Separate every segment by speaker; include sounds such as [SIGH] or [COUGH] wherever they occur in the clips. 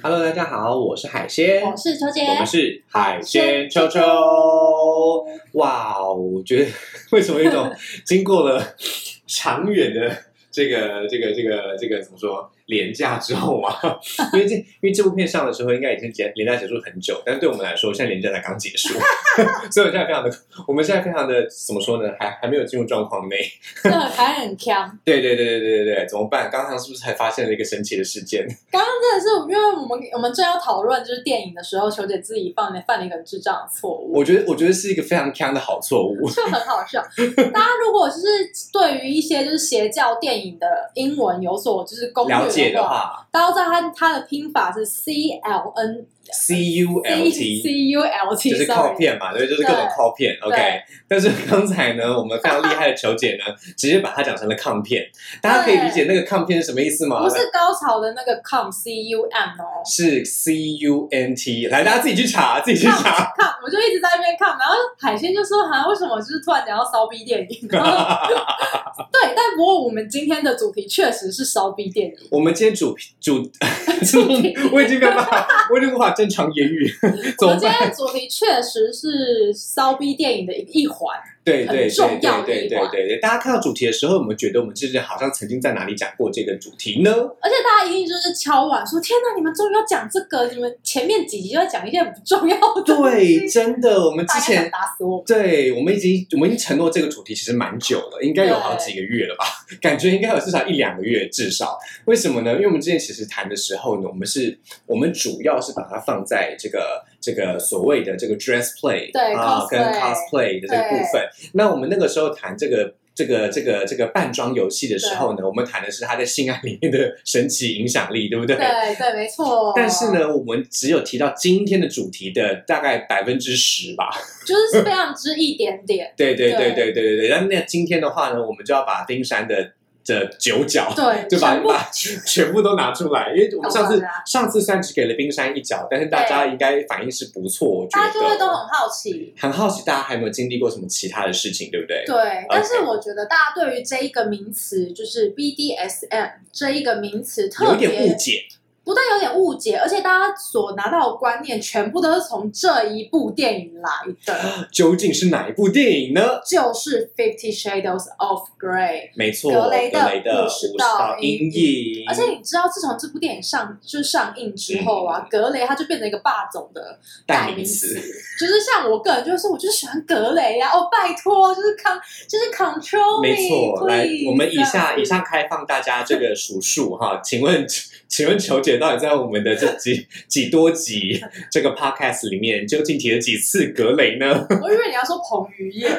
Speaker 1: Hello，大家好，我是海鲜，
Speaker 2: 我是秋姐，
Speaker 1: 我们是海鲜秋秋。哇，我觉得为什么一种经过了长远的这个这个这个这个怎么说廉价之后啊？因为这因为这部片上的时候，应该已经结廉价结束很久，但是对我们来说，现在廉价才刚结束，所以我现在非常的，我们现在非常的怎么说呢？还还没有进入状况内。
Speaker 2: 真的还很强。
Speaker 1: 对对对对对对对，怎么办？刚刚是不是才发现了一个神奇的事件？
Speaker 2: 刚刚真的是，因为我们我们正要讨论就是电影的时候，秋姐自己犯了犯了一个很智障的错误，
Speaker 1: 我觉得我觉得是一个非常坑的好错误。
Speaker 2: 就很好笑。 [LAUGHS] 大家如果就是对于一些就是邪教电影的英文有所就是攻
Speaker 1: 了
Speaker 2: 略
Speaker 1: 解
Speaker 2: 的
Speaker 1: 的
Speaker 2: 话，
Speaker 1: 话
Speaker 2: 大家都知道它它的拼法是 C L N
Speaker 1: ，C U L
Speaker 2: C
Speaker 1: T
Speaker 2: C U L
Speaker 1: 就
Speaker 2: T，
Speaker 1: 是
Speaker 2: sorry
Speaker 1: 靠片嘛，对，就是各种靠片，OK
Speaker 2: 对。
Speaker 1: 但是刚才呢，我 [LAUGHS] 们非常厉害的球姐呢，直接把它讲成了抗片，大家可以理解那个抗片是什么意思吗
Speaker 2: 不？是高潮的那个 com C U M 哦。
Speaker 1: 是 C U N T，来，大家自己去
Speaker 2: [LAUGHS]
Speaker 1: 查，自己去 [LAUGHS] 查。
Speaker 2: 看，我就一直在那边看，然后海鲜就说：“啊哈，为什么就是突然讲到烧逼电影？”然后
Speaker 1: [LAUGHS]
Speaker 2: 对，但不过我们今天的主题确实是烧逼电影。
Speaker 1: 我们今天主
Speaker 2: [LAUGHS]
Speaker 1: 主，
Speaker 2: 题
Speaker 1: 我已经没有办法，我已经无法正常言
Speaker 2: [LAUGHS]
Speaker 1: 语，
Speaker 2: 我
Speaker 1: 怎么
Speaker 2: 们今
Speaker 1: 办？
Speaker 2: 天的主题确实是烧逼电影的一一环，
Speaker 1: 对对对
Speaker 2: 很重要
Speaker 1: 对
Speaker 2: 的
Speaker 1: 对
Speaker 2: 一
Speaker 1: 对
Speaker 2: 环
Speaker 1: 对对，大家看到主题的时候，有没有觉得我们之前好像曾经在哪里讲过这个主题呢？
Speaker 2: 而且大家一定就是敲碗说：“天哪，你们终于要讲这个！你们前面几集就在讲一些很不重要的。” [LAUGHS]
Speaker 1: 对，真的，我们之
Speaker 2: 大家想
Speaker 1: 前
Speaker 2: 打死我。
Speaker 1: 对我们已经我们已经承诺这个主题其实蛮久了，应该有好几个月了吧？感觉应该有至少一两个月至少。为什么呢？因为我们之前其实谈的时候呢，我们是我们主要是把它放在这个这个所谓的这个 dress play
Speaker 2: 对
Speaker 1: 啊
Speaker 2: cosplay
Speaker 1: 跟 cosplay 的这个部分。那我们那个时候谈这个。这个这个这个扮装游戏的时候呢，我们谈的是它在性爱里面的神奇影响力，对不
Speaker 2: 对对，没错。
Speaker 1: 但是，呢，我们只有提到今天的主题的大概百分之十吧。
Speaker 2: 就是非常之一点点。
Speaker 1: 对对对对对
Speaker 2: 对
Speaker 1: 对对。那那今天的话呢，我们就要把丁山的的九角。[LAUGHS]
Speaker 2: 对，
Speaker 1: 就把
Speaker 2: 全部 [LAUGHS]
Speaker 1: 把全部都拿出来，因为我们上次
Speaker 2: 当然啦
Speaker 1: 上次虽然只给了冰山一角，但是大家应该反应是不错，我觉
Speaker 2: 大
Speaker 1: 得
Speaker 2: 家就会都很好奇。
Speaker 1: 很好奇，大家还有没有经历过什么其他的事情，对不对？
Speaker 2: 对，但是我觉得大家对于这一个名词，就是 BDSM 这一个名词，特
Speaker 1: 有一点误
Speaker 2: 别
Speaker 1: 解，
Speaker 2: 不但有点误解，而且大家所拿到的观念全部都是从这一部电影来的，
Speaker 1: 究竟是哪一部电影呢？
Speaker 2: 就是《Fifty Shadows of Grey》。
Speaker 1: 没错，
Speaker 2: 格
Speaker 1: 格
Speaker 2: 雷的
Speaker 1: 雷的
Speaker 2: 五
Speaker 1: 五
Speaker 2: 十
Speaker 1: 十
Speaker 2: 道
Speaker 1: 道
Speaker 2: 阴
Speaker 1: 阴影，
Speaker 2: 而且你知道，自从这部电影上就是上映之后啊，
Speaker 1: 嗯
Speaker 2: 格雷他就变成一个霸总的
Speaker 1: 代
Speaker 2: 名
Speaker 1: 名词，
Speaker 2: 就是像我个人就是说，我就是喜欢格雷呀、哦，拜托，就是 con 就是 control
Speaker 1: 没
Speaker 2: me，
Speaker 1: 错，来，
Speaker 2: please，
Speaker 1: 我们以
Speaker 2: 这样
Speaker 1: 下以下开放大家这个数数哈，请问请问球姐到底在我们的这几几多集这个 podcast 里面，究竟提了几次格雷呢？ [LAUGHS]
Speaker 2: 我以为你要说彭于晏，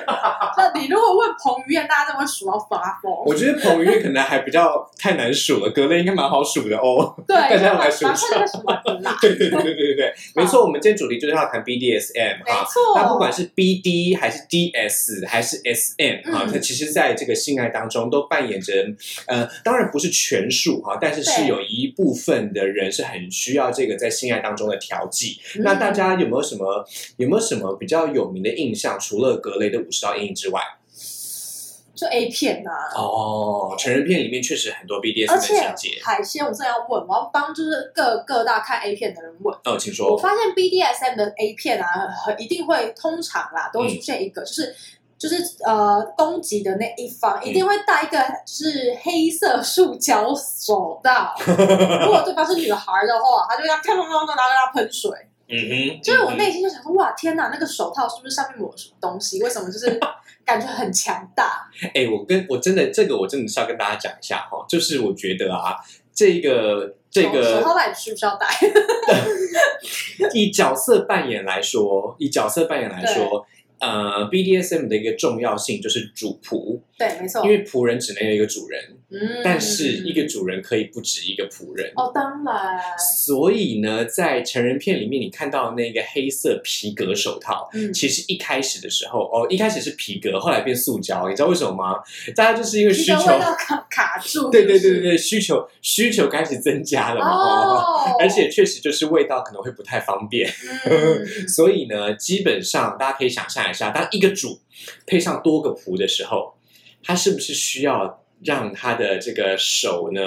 Speaker 2: 那你如果问彭于晏，大家就会数到发疯。
Speaker 1: 我觉得彭于晏可能还比较太难数了，格雷应该蛮好数的哦。 [LAUGHS]
Speaker 2: 对，
Speaker 1: 大家
Speaker 2: 马
Speaker 1: 来数
Speaker 2: 上就数完了
Speaker 1: [LAUGHS]
Speaker 2: 啦。
Speaker 1: 对对对对对对，没错，我们今天主题就是要谈 BDSM
Speaker 2: 没
Speaker 1: 哈。
Speaker 2: 错，
Speaker 1: 那不管是 BD 还是 DS 还是 SM 哈、
Speaker 2: 嗯
Speaker 1: 它其实在这个性爱当中都扮演着，呃，当然不是全数哈，但是是
Speaker 2: 对
Speaker 1: 有一部分的人是很需要这个在性爱当中的调剂。
Speaker 2: 嗯
Speaker 1: 那大家有没有什么有没有什么比较有名的印象？除了格雷的五十道阴影之外，
Speaker 2: 就 A 片呐、
Speaker 1: 哦，成人片里面确实很多 BDSM
Speaker 2: 而
Speaker 1: 的情
Speaker 2: 且
Speaker 1: 节。
Speaker 2: 海鲜，我真的要问，我要帮就是各各大看 A 片的人问。
Speaker 1: 哦，请
Speaker 2: 我
Speaker 1: 说。
Speaker 2: 发现 BDSM 的 A 片啊，很一定会通常啦，都会出现一个，就是就是呃，攻击的那一方一定会戴一个就是黑色塑胶手
Speaker 1: [LAUGHS]
Speaker 2: 套，如果对方是女孩的话，他就要砰砰砰砰拿着它喷水。
Speaker 1: 嗯哼，
Speaker 2: 就是我
Speaker 1: 嗯
Speaker 2: 内心就想说，哇，天哪，那个手套是不是上面抹了什么东西？为什么就是
Speaker 1: [LAUGHS]
Speaker 2: 感觉很强大？
Speaker 1: 哼哎、我跟我真的这个我真的是要跟大家讲一下哈，就是我觉得啊，这个这个
Speaker 2: 手手套到底需不需要戴？ [LAUGHS]
Speaker 1: 以角色扮演来说，以角色扮演来说，呃，BDSM 的一个重要性就是主仆，
Speaker 2: 对，没错，
Speaker 1: 因为仆人只能有一个主人，
Speaker 2: 嗯
Speaker 1: 但是一个主人可以不止一个仆人。
Speaker 2: 哦，当然，
Speaker 1: 所以呢，在成人片里面，你看到那个黑色皮革手套，
Speaker 2: 嗯，
Speaker 1: 其实一开始的时候，哦，一开始是皮革，后来变塑胶，你知道为什么吗？大家就是因为
Speaker 2: 一
Speaker 1: 需
Speaker 2: 个
Speaker 1: 求，
Speaker 2: 味道卡卡住，
Speaker 1: 对对
Speaker 2: 是
Speaker 1: 对
Speaker 2: 不
Speaker 1: 对对，
Speaker 2: 是
Speaker 1: 需求需求开始增加了嘛，哦、
Speaker 2: 哦，
Speaker 1: 而且确实就是味道可能会不太方便。
Speaker 2: 嗯，
Speaker 1: 所以呢，基本上大家可以想象一下，当一个主配上多个仆的时候，他是不是需要让他的这个手呢，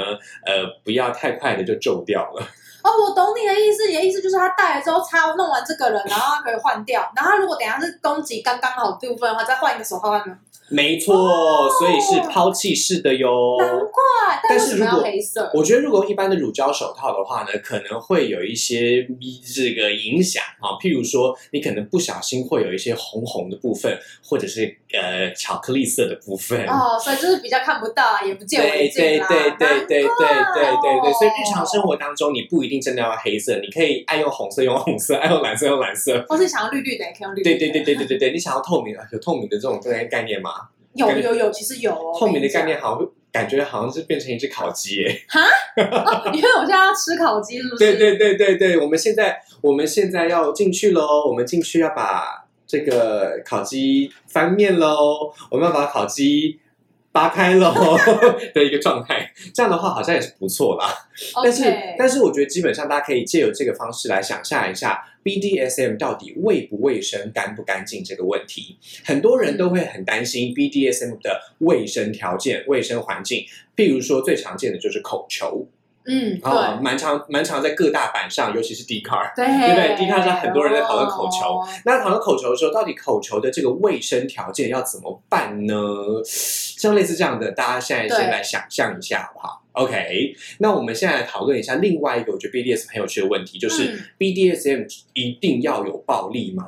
Speaker 1: 呃，不要太快的就皱掉了？
Speaker 2: 哦，我懂你的意思，你的意思就是他戴了之后擦弄完这个人，然后他可以换掉，然后他如果等一下是攻击刚刚好部分的话，再换一个手套换呢？
Speaker 1: 没错，所以是抛弃式的哟。
Speaker 2: 难怪，
Speaker 1: 但
Speaker 2: 为
Speaker 1: 是
Speaker 2: 什么
Speaker 1: 如
Speaker 2: 要
Speaker 1: 果
Speaker 2: 黑色？
Speaker 1: 我觉得如果一般的乳胶手套的话呢，可能会有一些这个影响啊，譬如说你可能不小心会有一些红红的部分，或者是呃巧克力色的部分。
Speaker 2: 哦，所以就是比较看不到，啊也不见
Speaker 1: 对
Speaker 2: 为
Speaker 1: 对
Speaker 2: 净
Speaker 1: 对
Speaker 2: 啦。
Speaker 1: 对对对对对对，
Speaker 2: 哦
Speaker 1: 所以日常生活当中你不一定真的要黑色，你可以爱用红色用红色，爱用蓝色用蓝色。
Speaker 2: 或是想要绿绿的，也可以用绿绿
Speaker 1: 对
Speaker 2: 的。
Speaker 1: 对对对对对对，你想要透明啊？有透明的这种概概念吗？
Speaker 2: 有
Speaker 1: 感觉
Speaker 2: 有有，其实有哦。
Speaker 1: 透明的概
Speaker 2: 跟
Speaker 1: 念好像会感觉好像是变成一只烤鸡耶。
Speaker 2: 你讲， [LAUGHS] 因为我现在要吃烤鸡，是不是？
Speaker 1: 对对对对对，我们现在我们现在要进去喽，我们进去要把这个烤鸡翻面喽，我们要把烤鸡扒开喽 [LAUGHS] 的一个状态。这样的话好像也是不错啦。
Speaker 2: o
Speaker 1: 但是
Speaker 2: k
Speaker 1: 但是我觉得基本上大家可以借由这个方式来想象一下 BDSM 到底卫不卫生、干不干净这个问题。很多人都会很担心 BDSM 的卫生条件、卫生环境，譬如说最常见的就是口球。
Speaker 2: 嗯，对、
Speaker 1: 啊，蛮常蛮常在各大版上，尤其是 d c a r
Speaker 2: 对
Speaker 1: 对不对
Speaker 2: 对
Speaker 1: 地摊上很多人在讨论口球
Speaker 2: 哦
Speaker 1: 那讨论口球的时候，到底口球的这个卫生条件要怎么办呢？像类似这样的，大家现在先
Speaker 2: 对
Speaker 1: 来想象一下，好不好？OK，那我们现在来讨论一下另外一个我觉得 BDS 很有趣的问题，就是
Speaker 2: 嗯
Speaker 1: BDSM 一定要有暴力吗？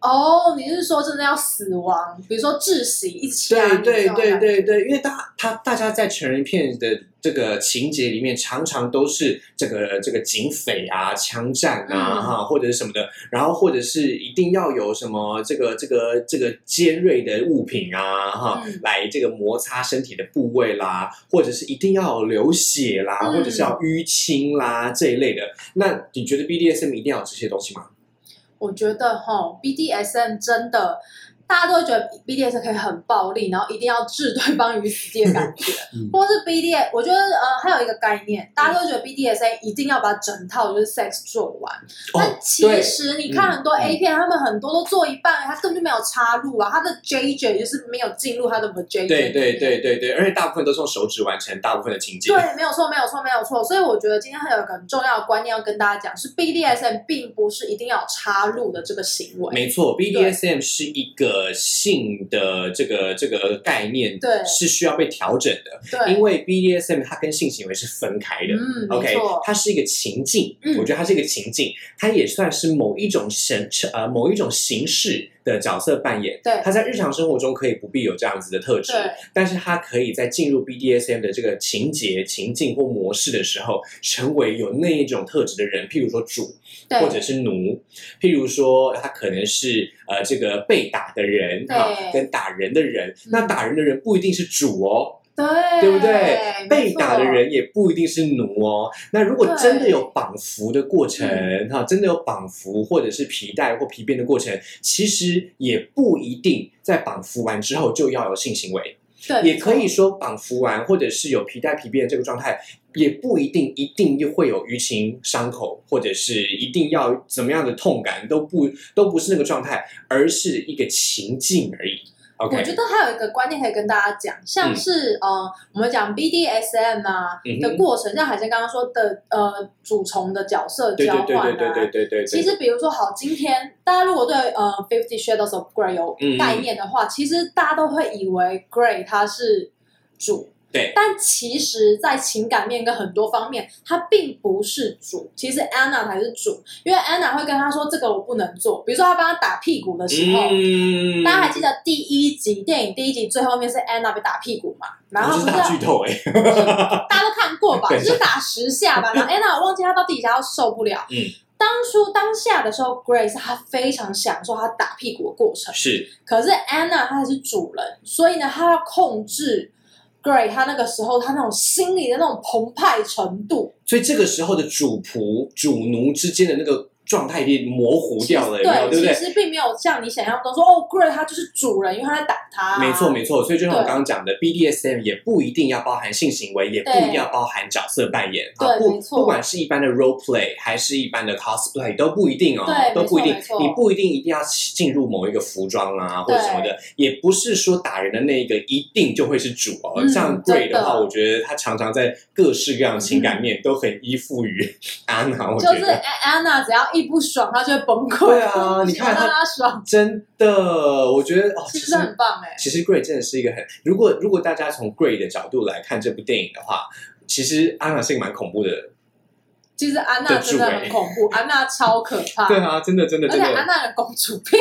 Speaker 2: 哦，你是说真的要死亡，比如说窒息、一起啊
Speaker 1: 对对对，
Speaker 2: 你知道吗
Speaker 1: 对对，因为大他大家在成人片的这个情节里面，常常都是这个这个警匪啊、枪战啊、
Speaker 2: 嗯
Speaker 1: 哈或者是什么的，然后或者是一定要有什么这个这个这个尖锐的物品啊哈、
Speaker 2: 嗯
Speaker 1: 来这个摩擦身体的部位啦，或者是一定要有流血啦，
Speaker 2: 嗯
Speaker 1: 或者是要淤青啦这一类的。那你觉得 BDSM 一定要有这些东西吗？
Speaker 2: 我觉得哈，BDSM 真的。大家都会觉得 BDS 可以很暴力，然后一定要置对方于死地的感觉
Speaker 1: [LAUGHS] 嗯，
Speaker 2: 或是 BDS，我觉得呃还有一个概念，大家都会觉得 BDSA 一定要把整套就是 sex 做完，但其
Speaker 1: 哦对
Speaker 2: 实你看很多
Speaker 1: 嗯
Speaker 2: A 片，他们很多都做一半，他根本就没有插入啊，他的 JJ 就是没有进入他的 vagina。
Speaker 1: 对对对对对，而且大部分都是用手指完成大部分的情节。
Speaker 2: 对，没有错，没有错，没有错。所以我觉得今天还有一个很重要的观念要跟大家讲，是 BDSM 并不是一定要有插入的这个行为。
Speaker 1: 没错，BDSM 是一个性的这个这个概念，
Speaker 2: 对
Speaker 1: 是需要被调整的，因
Speaker 2: 对，
Speaker 1: 为 BDSM 它跟性行为是分开的。
Speaker 2: 嗯，没
Speaker 1: OK，
Speaker 2: 错，
Speaker 1: 它是一个情境，
Speaker 2: 嗯
Speaker 1: 我觉得它是一个情境，它也算是某一种形呃某一种形式的角色扮演。
Speaker 2: 对
Speaker 1: 它在日常生活中可以不必有这样子的特质，
Speaker 2: 对，
Speaker 1: 但是它可以在进入 BDSM 的这个情节、情境或模式的时候，成为有那一种特质的人，譬如说主，
Speaker 2: 对，
Speaker 1: 或者是奴，譬如说他可能是呃这个被打的人
Speaker 2: 对
Speaker 1: 啊，跟打人的人，
Speaker 2: 嗯
Speaker 1: 那打人的人不一定是主哦，
Speaker 2: 对，
Speaker 1: 对不对？
Speaker 2: 没
Speaker 1: 被打的
Speaker 2: 错，
Speaker 1: 人也不一定是奴哦。那如果真的
Speaker 2: 对
Speaker 1: 有绑缚的过程哈，真的有绑缚或者是皮带或皮鞭的过程，其实也不一定在绑缚完之后就要有性行为。
Speaker 2: 对，
Speaker 1: 也可以
Speaker 2: 没错
Speaker 1: 说绑缚完，或者是有皮带皮鞭这个状态，也不一定一定又会有淤青、伤口，或者是一定要怎么样的痛感，都不都不是那个状态，而是一个情境而已。
Speaker 2: 我觉
Speaker 1: OK，嗯
Speaker 2: 得还有一个观念可以跟大家讲，像是、呃，我们讲 BDSM 啊
Speaker 1: 嗯哼
Speaker 2: 的过程，像海鲜刚刚说的呃，主从的角色
Speaker 1: 对
Speaker 2: 交
Speaker 1: 对
Speaker 2: 换啊。
Speaker 1: 对对对对对对，
Speaker 2: 其实，比如说，好，今天大家如果对呃《Fifty Shadows of
Speaker 1: 嗯
Speaker 2: Grey》有概念的话，其实大家都会以为 Grey 他是主，
Speaker 1: 对
Speaker 2: 但其实，在情感面跟很多方面，他并不是主，其实 Anna 才是主，因为 Anna 会跟他说这个我不能做，比如说他帮他打屁股的时候，
Speaker 1: 嗯
Speaker 2: 大家还记得第一集电影第一集最后面是 Anna 被打屁股嘛？然后
Speaker 1: 我
Speaker 2: 不
Speaker 1: 是
Speaker 2: 是
Speaker 1: 大剧透哎、
Speaker 2: 大家都看过吧？
Speaker 1: [LAUGHS] 对
Speaker 2: 就是打十下吧。然后 Anna 我忘记她到底下要受不了。
Speaker 1: 嗯，
Speaker 2: 当初当下的时候，Grace 她非常享受她打屁股的过程，
Speaker 1: 是
Speaker 2: 可是 Anna 她还是主人，所以呢，她要控制 Grace 她那个时候她那种心里的那种澎湃程度。
Speaker 1: 所以这个时候的主仆主奴之间的那个状态有点模糊掉了，有没有？对
Speaker 2: 对，
Speaker 1: 不
Speaker 2: 其
Speaker 1: 对？
Speaker 2: 实并没有像你想象中说哦，Grey 他就是主人，因为他在打他、
Speaker 1: 没错，没错。所以就像我
Speaker 2: 对
Speaker 1: 刚刚讲的，BDSM 也不一定要包含性行为，也不
Speaker 2: 对
Speaker 1: 一定要包含角色扮演。
Speaker 2: 对
Speaker 1: 啊不
Speaker 2: 没错
Speaker 1: 不管是一般的 role play 还是一般的 cosplay 都不一定哦
Speaker 2: 对，
Speaker 1: 都不一定
Speaker 2: 没错。没错
Speaker 1: 你不一定一定要进入某一个服装啊或者什么的，也不是说打人的那一个一定就会是主哦。
Speaker 2: 嗯
Speaker 1: 像 Gray 的话，
Speaker 2: 真的
Speaker 1: 我觉得他常常在各式各样的情感面都很依附于 [LAUGHS] 安娜，我觉
Speaker 2: 就
Speaker 1: 得。
Speaker 2: 是安娜只要一不爽，她就会崩溃。
Speaker 1: 对
Speaker 2: [LAUGHS]
Speaker 1: 啊你看
Speaker 2: 想
Speaker 1: 她
Speaker 2: 让她爽，
Speaker 1: 真的，我觉得哦，
Speaker 2: 其
Speaker 1: 其
Speaker 2: 实很棒哎、
Speaker 1: 其实 Gray 真的是一个很，如果如果大家从 Gray 的角度来看这部电影的话，其实安娜是一个蛮恐怖的。
Speaker 2: 其实安娜
Speaker 1: 的
Speaker 2: 真的
Speaker 1: 主
Speaker 2: 很
Speaker 1: 欸
Speaker 2: 恐
Speaker 1: [LAUGHS]
Speaker 2: 怖，安娜超可怕。
Speaker 1: 对啊，真的真的
Speaker 2: 而
Speaker 1: 真
Speaker 2: 且安
Speaker 1: 的，
Speaker 2: 娜的公主病，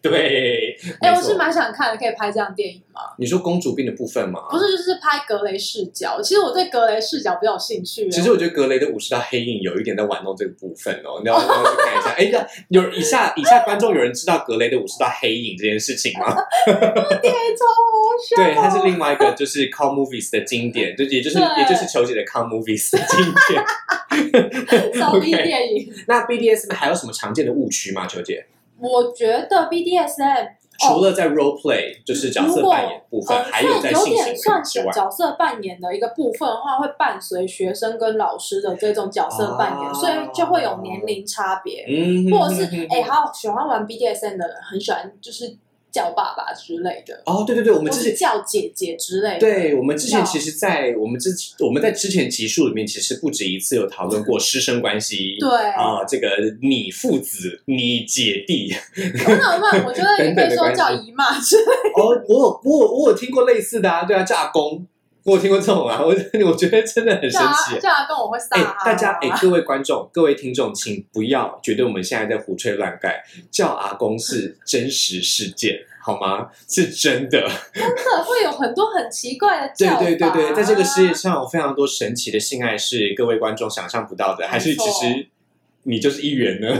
Speaker 1: 对。
Speaker 2: 哎、
Speaker 1: 没
Speaker 2: 我
Speaker 1: 错
Speaker 2: 是蛮想看的，可以拍这样的电影吗？
Speaker 1: 你说公主病的部分吗？
Speaker 2: 不是，就是拍格雷视角。其实我对格雷视角比较有兴趣、欸。
Speaker 1: 其实我觉得格雷的武士道黑影有一点在玩弄这个部分哦，你要你要去看一下。哎呀，有以下以下观众有人知道格雷的武士道黑影这件事情
Speaker 2: 啊
Speaker 1: 吗？
Speaker 2: 哎超好笑。
Speaker 1: 对，它是另外一个就是 Call Movies 的经典，就也就是
Speaker 2: 啊对
Speaker 1: 也就是球姐的 Call Movies 的经典。 [LAUGHS]
Speaker 2: [LAUGHS] 骚逼
Speaker 1: OK
Speaker 2: 电影。
Speaker 1: 那 BDSM 还有什么常见的误区吗？球姐？
Speaker 2: 我觉得 BDSM
Speaker 1: 除了在 role play 就是角色扮演部分，
Speaker 2: 哦呃，
Speaker 1: 还有在
Speaker 2: 算有
Speaker 1: 性行
Speaker 2: 点算
Speaker 1: 为之
Speaker 2: 是
Speaker 1: 外，
Speaker 2: 角色扮演的一个部分的话，会伴随学生跟老师的这种角色扮演，
Speaker 1: 啊
Speaker 2: 所以就会有年龄差别，
Speaker 1: 嗯，
Speaker 2: 或者是
Speaker 1: 嗯嗯嗯
Speaker 2: 哎，还有喜欢玩 BDSM 的人很喜欢就是叫爸爸之类的，
Speaker 1: 哦，对对对，我
Speaker 2: 或
Speaker 1: 们之
Speaker 2: 是
Speaker 1: 前。
Speaker 2: 叫姐姐之类的。
Speaker 1: 对我们之前
Speaker 2: 叫
Speaker 1: 其实在，我们之我们在之前集数里面，其实不止一次有讨论过师生关系，
Speaker 2: 对
Speaker 1: 啊、这个你父子、你姐弟，
Speaker 2: 那我们我觉得也可以说叫姨
Speaker 1: [LAUGHS]
Speaker 2: 妈之类的。
Speaker 1: 哦，我有我有我有听过类似的啊，对啊，嫁公，我有听过这种啊，我我觉得真的很神
Speaker 2: 叫
Speaker 1: 奇
Speaker 2: 她，叫她跟我会撒
Speaker 1: 哎、
Speaker 2: 哈哈
Speaker 1: 大家哎、各位观众、各位听众，请不要觉得我们现在在胡吹乱盖，叫阿公是真实事件。好吗？是真的，
Speaker 2: 真的会有很多很奇怪的
Speaker 1: 对
Speaker 2: 叫法。
Speaker 1: 对对对，在这个世界上有非常多神奇的性爱是各位观众想象不到的，还是
Speaker 2: 没错
Speaker 1: 其实你就是一员呢？ [LAUGHS]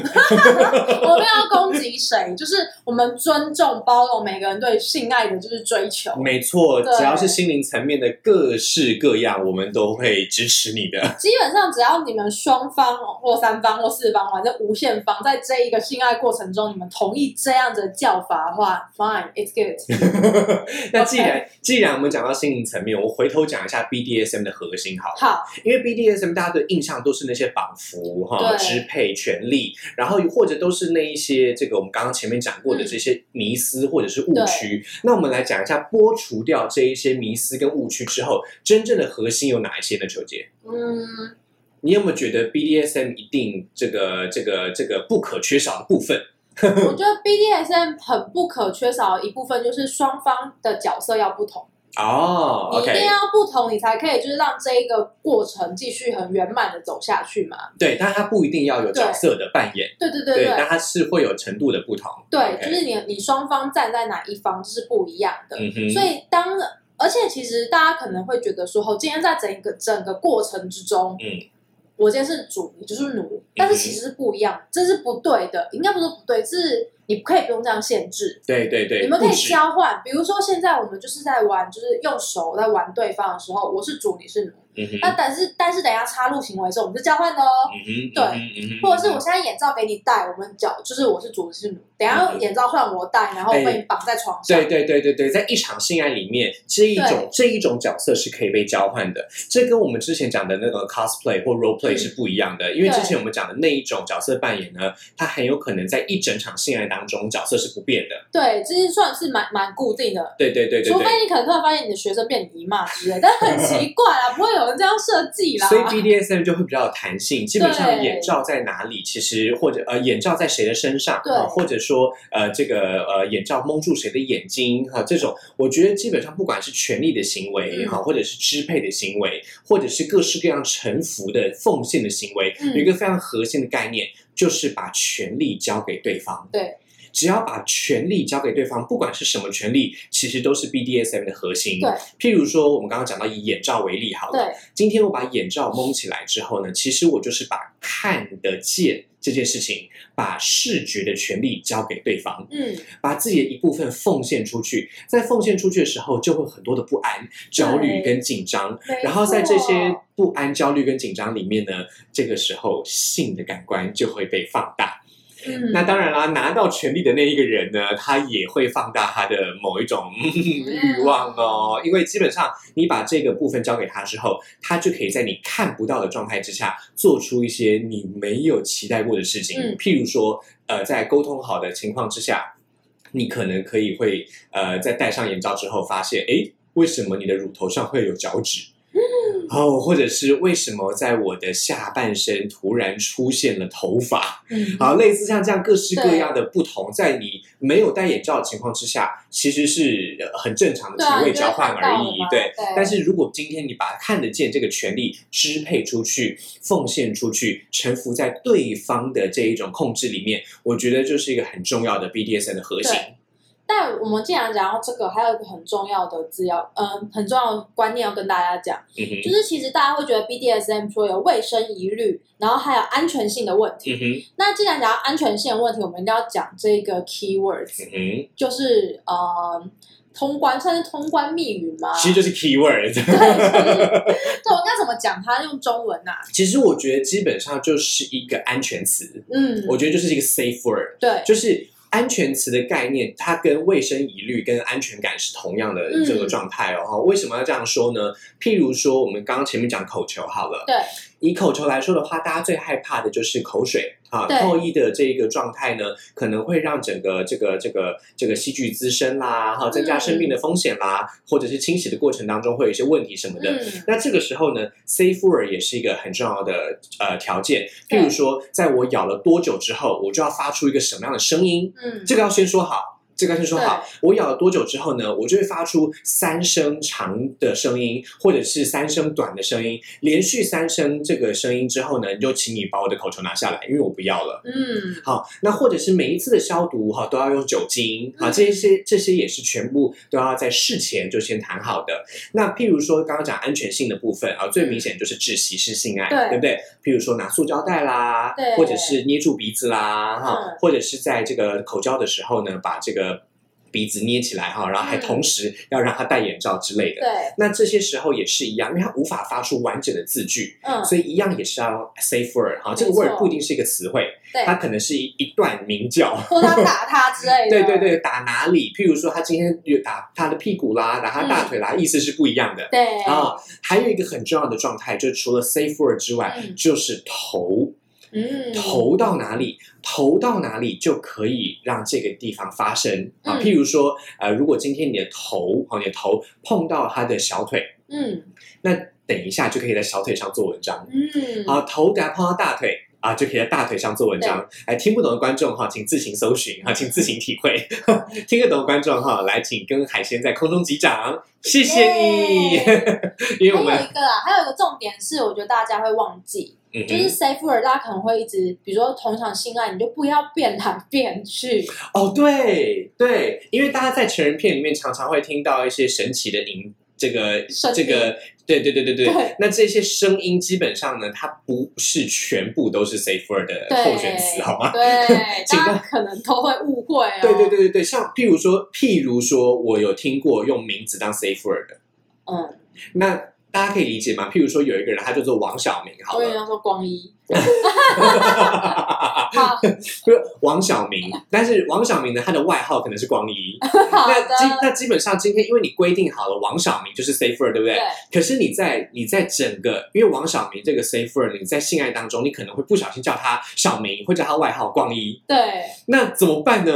Speaker 2: 我没有要攻击谁，就是我们尊重、包容每个人对性爱的就是追求。
Speaker 1: 没错，
Speaker 2: 对
Speaker 1: 只要是心灵层面的各式各样，我们都会支持你的。 [LAUGHS]
Speaker 2: 基本上只要你们双方或三方或四方，反正无限方，在这一个性爱过程中，你们同意这样的叫法的话
Speaker 1: [LAUGHS]
Speaker 2: ，fine，it's good。
Speaker 1: 那既然既然我们讲到心灵层面，我回头讲一下 BDSM 的核心好了。
Speaker 2: 好，
Speaker 1: 因为 BDSM 大家的印象都是那些绑缚哈、
Speaker 2: 对
Speaker 1: 支配、权利，然后或者都是那一些这个我们刚刚前面讲过
Speaker 2: 嗯
Speaker 1: 的这些迷思或者是误区。那我们来讲一下，剥除掉这一些迷思跟误区之后，真正的核心有哪一些呢？球姐，
Speaker 2: 嗯，
Speaker 1: 你有没有觉得 BDSM 一定这个这个这个不可缺少的部分？
Speaker 2: 我觉得 BDSM 很不可缺少的一部分就是双方的角色要不同，
Speaker 1: 哦
Speaker 2: 你一定
Speaker 1: ，OK，
Speaker 2: 要不同，你才可以就是让这一个过程继续很圆满的走下去嘛。
Speaker 1: 对，但它不一定要有角色的扮演，
Speaker 2: 对对对对，
Speaker 1: 但它是会有程度的不同。
Speaker 2: 对，
Speaker 1: OK
Speaker 2: 就是你你双方站在哪一方这是不一样的。
Speaker 1: 嗯哼，
Speaker 2: 所以当而且其实大家可能会觉得说，哦，今天在整个整个过程之中，
Speaker 1: 嗯，
Speaker 2: 我今天是主，你就是奴，但是其实是不一样，这是不对的，应该不是不对，是你可以不用这样限制。
Speaker 1: 对对对，
Speaker 2: 你们可以
Speaker 1: 不止
Speaker 2: 交换，比如说现在我们就是在玩，就是用手在玩对方的时候，我是主，你是奴。
Speaker 1: 嗯哼，
Speaker 2: 那但是但是等一下插入行为的时候，我们就交换的哦。
Speaker 1: 嗯哼，
Speaker 2: 对
Speaker 1: 对
Speaker 2: 或者是我现在眼罩给你戴，我们脚就是我是主，你是奴。等一下
Speaker 1: 嗯
Speaker 2: 眼罩换我戴，然后
Speaker 1: 哎
Speaker 2: 被你绑在床上。
Speaker 1: 对对对对对，在一场性爱里面，这一种这一种角色是可以被交换的，这跟我们之前讲的那个 cosplay 或 role play
Speaker 2: 嗯
Speaker 1: 是不一样的，因为
Speaker 2: 对
Speaker 1: 之前我们讲的那一种角色扮演呢，它很有可能在一整场性爱当中角色是不变的。
Speaker 2: 对，这是算是蛮蛮固定的。
Speaker 1: 对对对对
Speaker 2: 除
Speaker 1: 对。
Speaker 2: 非你可能突然发现你的学生变你姨妈之类，但很奇怪啦，不会有人这样设计啦。
Speaker 1: 所以 BDSM 就会比较有弹性，基本上
Speaker 2: 对
Speaker 1: 眼罩在哪里，其实或者呃眼罩在谁的身上，
Speaker 2: 对
Speaker 1: 啊或者说呃这个呃眼罩蒙住谁的眼睛哈、这种我觉得基本上不管是权力的行为
Speaker 2: 嗯
Speaker 1: 哈、或者是支配的行为，或者是各式各样臣服的奉献的行为，
Speaker 2: 嗯
Speaker 1: 有一个非常核心的概念，就是把权力交给对方。
Speaker 2: 对。
Speaker 1: 只要把权利交给对方，不管是什么权利，其实都是 BDSM 的核心。
Speaker 2: 对，
Speaker 1: 譬如说我们刚刚讲到以眼罩为例好了，
Speaker 2: 对，
Speaker 1: 今天我把眼罩蒙起来之后呢，其实我就是把看得见这件事情，把视觉的权利交给对方。
Speaker 2: 嗯，
Speaker 1: 把自己的一部分奉献出去，在奉献出去的时候，就会有很多的不安、焦虑跟紧张。
Speaker 2: 没
Speaker 1: 然后在这
Speaker 2: 错
Speaker 1: 些不安、焦虑跟紧张里面呢，这个时候性的感官就会被放大。
Speaker 2: 嗯，
Speaker 1: 那当然啦，拿到权力的那一个人呢，他也会放大他的某一种欲望哦，因为基本上你把这个部分交给他之后，他就可以在你看不到的状态之下，做出一些你没有期待过的事情。
Speaker 2: 嗯
Speaker 1: 譬如说，呃，在沟通好的情况之下，你可能可以会呃，在戴上眼罩之后发现，诶，为什么你的乳头上会有脚趾？哦，或者是为什么在我的下半身突然出现了头发？
Speaker 2: 嗯，
Speaker 1: 好，类似像这样各式各样的不同，在你没有戴眼罩的情况之下，其实是呃很正常的
Speaker 2: 对啊
Speaker 1: 体位
Speaker 2: 你就会
Speaker 1: 交换
Speaker 2: 看到
Speaker 1: 而已
Speaker 2: 了嘛。
Speaker 1: 对
Speaker 2: 对，
Speaker 1: 但是如果今天你把看得见这个权利支配出去、奉献出去、臣服在对方的这一种控制里面，我觉得就是一个很重要的 BDSN 的核心。
Speaker 2: 对但我们既然讲到这个，还有一个很重要的资料，嗯，很重要的观念要跟大家讲，
Speaker 1: 嗯哼，
Speaker 2: 就是其实大家会觉得 BDSM 说有卫生疑虑，然后还有安全性的问题。
Speaker 1: 嗯哼，
Speaker 2: 那既然讲到安全性的问题，我们一定要讲这个 keywords，
Speaker 1: 嗯哼，
Speaker 2: 就是呃，通关算是通关密语吗？
Speaker 1: 其实就是 key word。 [LAUGHS]
Speaker 2: 对，我应该怎么讲它用中文啊呐、
Speaker 1: 其实我觉得基本上就是一个安全词，
Speaker 2: 嗯，
Speaker 1: 我觉得就是一个 safe word。
Speaker 2: 对，
Speaker 1: 就是安全词的概念，它跟卫生疑虑跟安全感是同样的
Speaker 2: 嗯
Speaker 1: 这个状态哦。为什么要这样说呢？譬如说，我们刚刚前面讲口球好了，
Speaker 2: 对，
Speaker 1: 以口球来说的话，大家最害怕的就是口水啊
Speaker 2: 对，
Speaker 1: 唾液的这个状态呢，可能会让整个这个这个这个细菌滋生啦，哈，增加生病的风险啦，或者是清洗的过程当中会有一些问题什么的。
Speaker 2: 嗯，
Speaker 1: 那这个时候呢，safe word 也是一个很重要的呃条件。
Speaker 2: 对
Speaker 1: 譬如说，在我咬了多久之后，我就要发出一个什么样的声音？
Speaker 2: 嗯，
Speaker 1: 这个要先说好，这个要先说好。我咬了多久之后呢，我就会发出三声长的声音，或者是三声短的声音。连续三声这个声音之后呢，你就请你把我的口球拿下来，因为我不要了。
Speaker 2: 嗯，
Speaker 1: 好，那或者是每一次的消毒哈都要用酒精啊，
Speaker 2: 嗯
Speaker 1: 这些这些也是全部都要在事前就先谈好的。那譬如说刚刚讲安全性的部分啊，最明显就是窒息式性爱，
Speaker 2: 对
Speaker 1: 不对？譬如说拿塑胶袋啦，
Speaker 2: 对
Speaker 1: 或者是捏住鼻子啦，哈、
Speaker 2: 嗯
Speaker 1: 或者是在这个口交的时候呢，把这个鼻子捏起来哈，然后还
Speaker 2: 嗯
Speaker 1: 同时要让他戴眼罩之类的。
Speaker 2: 对，
Speaker 1: 那这些时候也是一样，因为他无法发出完整的字句，
Speaker 2: 嗯，
Speaker 1: 所以一样也是要 safe word 哈，这个
Speaker 2: 没错
Speaker 1: word 不一定是一个词汇，
Speaker 2: 对
Speaker 1: 它可能是一一段鸣叫。
Speaker 2: 或他打他之类的，
Speaker 1: 对对对，打哪里？譬如说，他今天有打他的屁股啦，打他大腿啦，意思是不一样的。
Speaker 2: 嗯对
Speaker 1: 啊，还有一个很重要的状态，就除了 safe word 之外，
Speaker 2: 嗯
Speaker 1: 就是头，
Speaker 2: 嗯，
Speaker 1: 头到哪里，头到哪里就可以让这个地方发生啊。
Speaker 2: 嗯
Speaker 1: 譬如说，呃，如果今天你的头，哦，你的头碰到他的小腿，
Speaker 2: 嗯
Speaker 1: 那等一下就可以在小腿上做文章。
Speaker 2: 嗯，
Speaker 1: 好，啊头等下碰到大腿啊，就可以在大腿上做文章。哎，听不懂的观众哈，请自行搜寻哈，请自行体会。 [LAUGHS] 听得懂的观众哈，来请跟海鲜在空中击掌，谢谢你。 [LAUGHS] 因为我
Speaker 2: 还有
Speaker 1: 们
Speaker 2: 一个啊啦，还有一个重点是，我觉得大家会忘记，
Speaker 1: 嗯
Speaker 2: 就是
Speaker 1: 哼，
Speaker 2: safe word，大家可能会一直，比如说同一场性爱，你就不要变来变去，
Speaker 1: 哦，对对，因为大家在成人片里面常常会听到一些神奇的音，这个
Speaker 2: 声音
Speaker 1: 这个。对对对对对，
Speaker 2: 对
Speaker 1: 那这些声音基本上呢，它不是全部都是 safe word 的
Speaker 2: 对，
Speaker 1: 呃候选词，好吗？
Speaker 2: 对，
Speaker 1: [LAUGHS] 请
Speaker 2: 大
Speaker 1: 大
Speaker 2: 家可能都会误会哦。
Speaker 1: 对对对，对对，像譬如说，譬如说我有听过用名字当 safe word 的，
Speaker 2: 嗯，
Speaker 1: 那大家可以理解吗？譬如说有一个人，他叫做王小明，好
Speaker 2: 我跟
Speaker 1: 了，
Speaker 2: 人家说光一，好，
Speaker 1: 不是王小明，但是王小明呢，他的外号可能是光一。
Speaker 2: [LAUGHS]
Speaker 1: [LAUGHS]
Speaker 2: 好
Speaker 1: 那基
Speaker 2: 的，
Speaker 1: 那基本上今天，因为你规定好了，王小明就是 safe word，对不对？
Speaker 2: 对，
Speaker 1: 可是你在你在整个，因为王小明这个 safe word，你在性爱当中，你可能会不小心叫他小明，或叫他外号光一。
Speaker 2: 对，
Speaker 1: 那怎么办呢？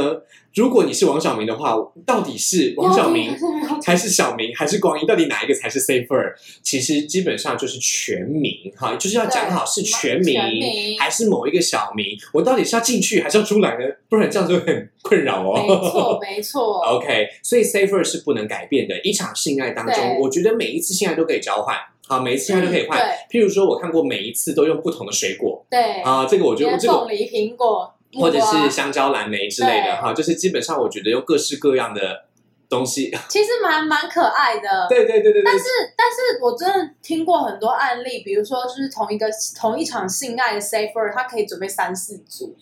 Speaker 1: 如果你是王小明的话，到底是王小
Speaker 2: [LAUGHS]
Speaker 1: 明哦还是小明还是光一，到底哪一个才是 safer？其实基本上就是全名哈，就是要讲好是
Speaker 2: 对
Speaker 1: 全名
Speaker 2: 全名
Speaker 1: 还是某一个小名，我到底是要进去还是要出来呢？不然这样就会很困扰哦。
Speaker 2: 没错没错，
Speaker 1: OK，所以 safer 是不能改变的。一场性爱当中，
Speaker 2: 对
Speaker 1: 我觉得每一次性爱都可以交换，好，每一次性爱都可以换。
Speaker 2: 嗯
Speaker 1: 譬如说，我看过每一次都用不同的水果
Speaker 2: 对对，
Speaker 1: 啊，这个我觉得
Speaker 2: 连
Speaker 1: 这个
Speaker 2: 凤梨、苹果，
Speaker 1: 或者
Speaker 2: 木瓜
Speaker 1: 是香蕉蓝莓之类的
Speaker 2: 对
Speaker 1: 哈，就是基本上我觉得用各式各样的东西， [LAUGHS]
Speaker 2: 其实蛮蛮可爱的。
Speaker 1: 对对对对对
Speaker 2: 但，是，但是我真的听过很多案例，比如说，就是同一个同一场性爱的 safer，他可以准备三四组，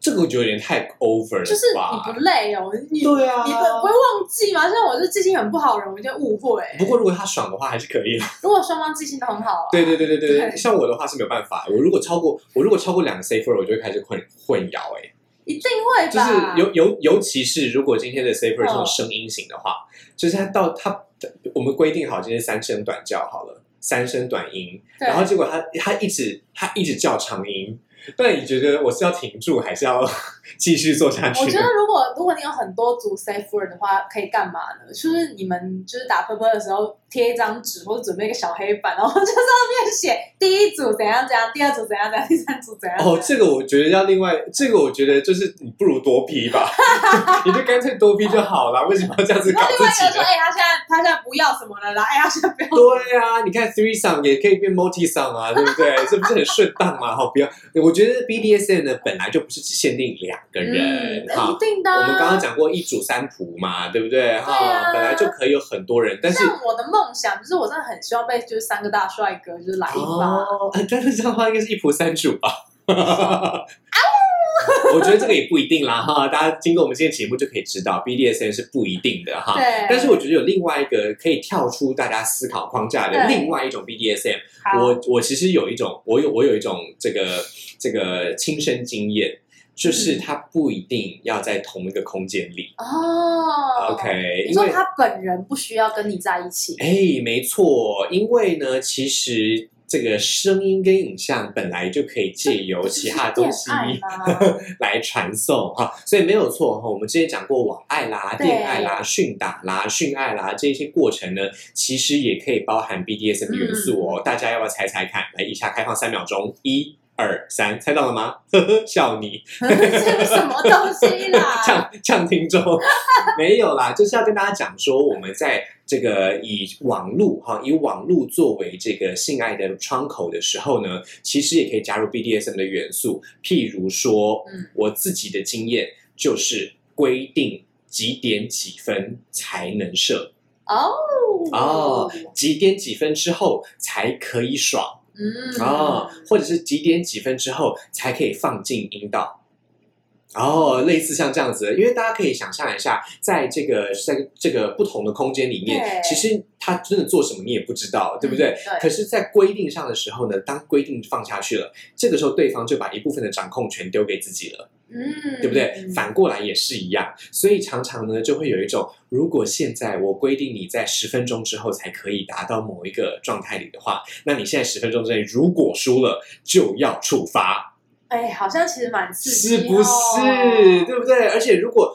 Speaker 1: 这个我觉得有点太 over
Speaker 2: 就是
Speaker 1: 了
Speaker 2: 你
Speaker 1: 吧？
Speaker 2: 不累哦，你、
Speaker 1: 对啊
Speaker 2: 你不不会忘记吗？像我是记性很不好的人，我就误会。
Speaker 1: 不过如果他爽的话，还是可以的。
Speaker 2: 如果双方记性都很好、啊，
Speaker 1: 对对对对对对，
Speaker 2: 对
Speaker 1: 像我的话是没有办法，我如果超过我如果超过两个 safer，我就会开始混混淆哎、
Speaker 2: 一定会
Speaker 1: 就
Speaker 2: 吧？
Speaker 1: 是尤尤尤其是如果今天的 safer
Speaker 2: 嗯
Speaker 1: 这种声音型的话，就是他到他我们规定好今天三声短叫好了，三声短音，
Speaker 2: 对
Speaker 1: 然后结果他他一直他一直叫长音，那你觉得我是要停住还是要 [LAUGHS] 继续做下去
Speaker 2: 我
Speaker 1: 呢？
Speaker 2: 觉得如果如果你有很多组 safe word 的话，可以干嘛呢？就是你们就是打喷喷的时候贴一张纸或者准备一个小黑板，然后就上面写第一组怎样怎样，第二组怎样怎样，第三组怎样。
Speaker 1: [LAUGHS] 哦，这个我觉得要另外，这个我觉得就是你不如多批
Speaker 2: [LAUGHS]
Speaker 1: 吧，你就干脆多批就好了，为什么要这样子
Speaker 2: 然
Speaker 1: 搞
Speaker 2: 后另
Speaker 1: 自
Speaker 2: 外
Speaker 1: 己
Speaker 2: 一个说：“
Speaker 1: 呢？
Speaker 2: 哎、他现在他现在不要什么了啦，哎，他现在不要。”
Speaker 1: 对啊，你看 three song 也可以变 multi song 啊，对不对？这不是很顺当吗？好，不要，我觉得 BDSM 呢本来就不是只限定两个人
Speaker 2: 嗯，
Speaker 1: 哈、
Speaker 2: 一定的啊、
Speaker 1: 我们刚刚讲过一组三仆嘛，对不对？哈、
Speaker 2: 对啊
Speaker 1: 本来就可以有很多人，但是
Speaker 2: 像我的梦想，就是我真的很希望被就是三个大帅哥就是来一发。
Speaker 1: 哦，但是这样的话应该是一仆三主吧。 [LAUGHS]
Speaker 2: 哦
Speaker 1: 我觉得这个也不一定啦哈，大家经过我们今天节目就可以知道，BDSM 是不一定的哈。
Speaker 2: 对，
Speaker 1: 但是我觉得有另外一个可以跳出大家思考框架的
Speaker 2: 对
Speaker 1: 另外一种 BDSM，
Speaker 2: 好
Speaker 1: 我我其实有一种，我有我有一种这个这个亲身经验，就是
Speaker 2: 嗯
Speaker 1: 它不一定要在同一个空间里。
Speaker 2: 哦
Speaker 1: OK，
Speaker 2: 你
Speaker 1: 因
Speaker 2: 说
Speaker 1: 为
Speaker 2: 他本人不需要跟你在一起，
Speaker 1: 哎，没错，因为呢，其实这个声音跟影像本来就可以
Speaker 2: [LAUGHS]
Speaker 1: 借由其他东西
Speaker 2: 这不是恋爱吗
Speaker 1: [LAUGHS]
Speaker 2: [LAUGHS]
Speaker 1: 来传送哈，所以没有错哈。我们之前讲过网爱啦、
Speaker 2: 对
Speaker 1: 恋爱啦、训打啦、训爱啦这些过程呢，其实也可以包含 BDSM 元素
Speaker 2: 嗯
Speaker 1: 哦。大家要不要猜猜看？来，以下开放三秒钟，一。二三，猜到了吗？ [LAUGHS] 呵呵，笑你，
Speaker 2: 这是什么东西啦？
Speaker 1: [LAUGHS] 呛呛听众没有啦，就是要跟大家讲说，我们在这个以网络哈，以网络作为这个性爱的窗口的时候呢，其实也可以加入 BDSM 的元素，譬如说，
Speaker 2: 嗯
Speaker 1: 我自己的经验就是规定几点几分才能射
Speaker 2: 哦
Speaker 1: 哦，几点几分之后才可以爽
Speaker 2: 嗯
Speaker 1: 哦，或者是几点几分之后才可以放进阴道。哦，类似像这样子的，因为大家可以想象一下，在这个在这个不同的空间里面
Speaker 2: 对，
Speaker 1: 其实他真的做什么你也不知道，对不对？
Speaker 2: 嗯对
Speaker 1: 可是，在规定上的时候呢，当规定放下去了，这个时候对方就把一部分的掌控权丢给自己了。
Speaker 2: 嗯，
Speaker 1: 对不对？反过来也是一样，所以常常呢就会有一种，如果现在我规定你在十分钟之后才可以达到某一个状态里的话，那你现在十分钟之内如果输了就要处罚，
Speaker 2: 哎，好像其实蛮刺
Speaker 1: 是
Speaker 2: 激，哦
Speaker 1: 不是？？对不对？而且如果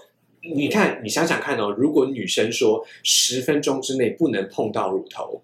Speaker 1: 你看，你想想看哦，如果女生说十分钟之内不能碰到乳头，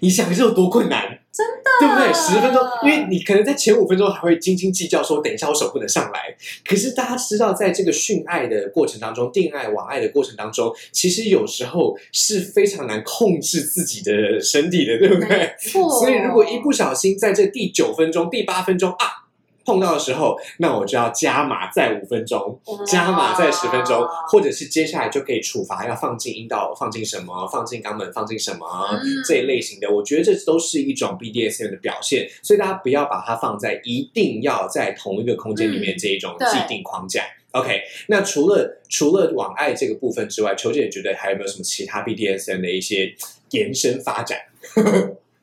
Speaker 1: 你想这有多困难？
Speaker 2: 真
Speaker 1: 的，对不对？十分钟，因为你可能在前五分钟还会斤斤计较，说等一下我手不能上来。可是大家知道，在这个训爱的过程当中，定爱、网爱的过程当中，其实有时候是非常难控制自己的身体的，对不对？
Speaker 2: 没错，
Speaker 1: 所以如果一
Speaker 2: 哦
Speaker 1: 不小心在这第九分钟、第八分钟啊碰到的时候，那我就要加码再五分钟，
Speaker 2: 哇
Speaker 1: 加码再十分
Speaker 2: 哦
Speaker 1: 钟，或者是接下来就可以处罚要放进阴道、放进什么、放进肛门、放进什么。
Speaker 2: 嗯
Speaker 1: 这一类型的，我觉得这都是一种 BDSM 的表现，所以大家不要把它放在一定要在同一个空间里面
Speaker 2: 嗯
Speaker 1: 这一种
Speaker 2: 对
Speaker 1: 既定框架。OK，那除了除了网爱这个部分之外，球姐觉得还有没有什么其他 BDSM 的一些延伸发展？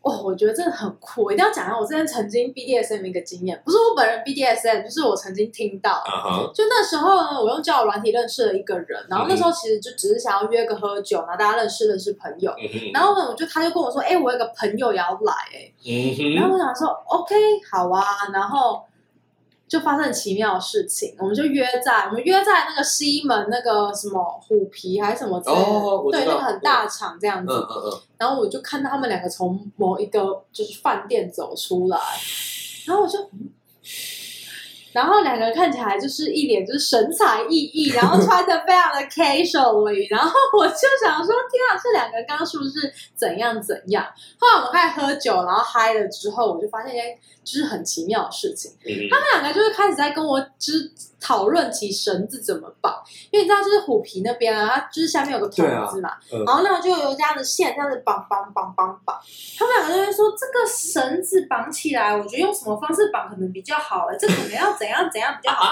Speaker 2: 哇，哦我觉得真的很酷，一定要讲一啊下我之前曾经 BDSM 的一个经验，不是我本人 BDSM，就是我曾经听到。
Speaker 1: 啊哈，
Speaker 2: 就那时候呢，我用交友软体认识了一个人，然后那时候其实就只是想要约个喝酒，然后大家认识认识朋友。
Speaker 1: 嗯哼
Speaker 2: 然后呢，我就他就跟我说，哎、我有个朋友也要来、哎，
Speaker 1: 嗯
Speaker 2: 然
Speaker 1: 哼，
Speaker 2: 后我想说，OK，好啊，然后就发生很奇妙的事情，我们就约在我们约在那个西门那个什么虎皮还是什么之类的，
Speaker 1: 哦我知
Speaker 2: 对，
Speaker 1: 道
Speaker 2: 那个很大的场这样
Speaker 1: 嗯
Speaker 2: 子。
Speaker 1: 嗯嗯，
Speaker 2: 然后我就看到他们两个从某一个就是饭店走出来，然后我就，嗯然后两个人看起来就是一脸就是神采奕奕，然后穿的非
Speaker 3: [LAUGHS]
Speaker 2: 常的 casually，然后我就想说，天啊，这两个刚刚是不是怎样怎样？后来我们开始喝酒，然后嗨了之后，我就发现一件就是很奇妙的事情，
Speaker 3: 嗯
Speaker 2: 他们两个就是开始在跟我就是讨论起绳子怎么绑，因为你知道就是虎皮那边啊，它就是下面有个筒子嘛，
Speaker 3: 对啊嗯
Speaker 2: 然后那个就有这样的线，这样子绑绑绑绑绑。他们两个就会说这个绳子绑起来，我觉得用什么方式绑可能比较好、欸，这个可能要怎样怎样比较好。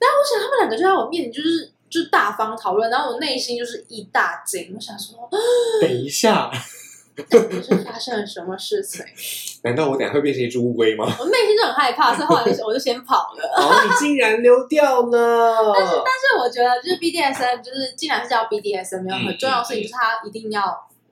Speaker 2: 然后我想他们两个就在我面前就是就是大方讨论，然后我内心就是一大惊，我想说
Speaker 1: 等一下，
Speaker 2: 这是发生了什么事情？ [LAUGHS]
Speaker 1: 难道我等一下会变成一只乌龟吗？
Speaker 2: 我内心就很害怕，所以后来就我就先跑了。
Speaker 1: 哦，你竟然溜掉了！
Speaker 2: 但是我觉得，就是 BDSM，就是既然是叫 BDSM，有很重要的事情就是它一定要，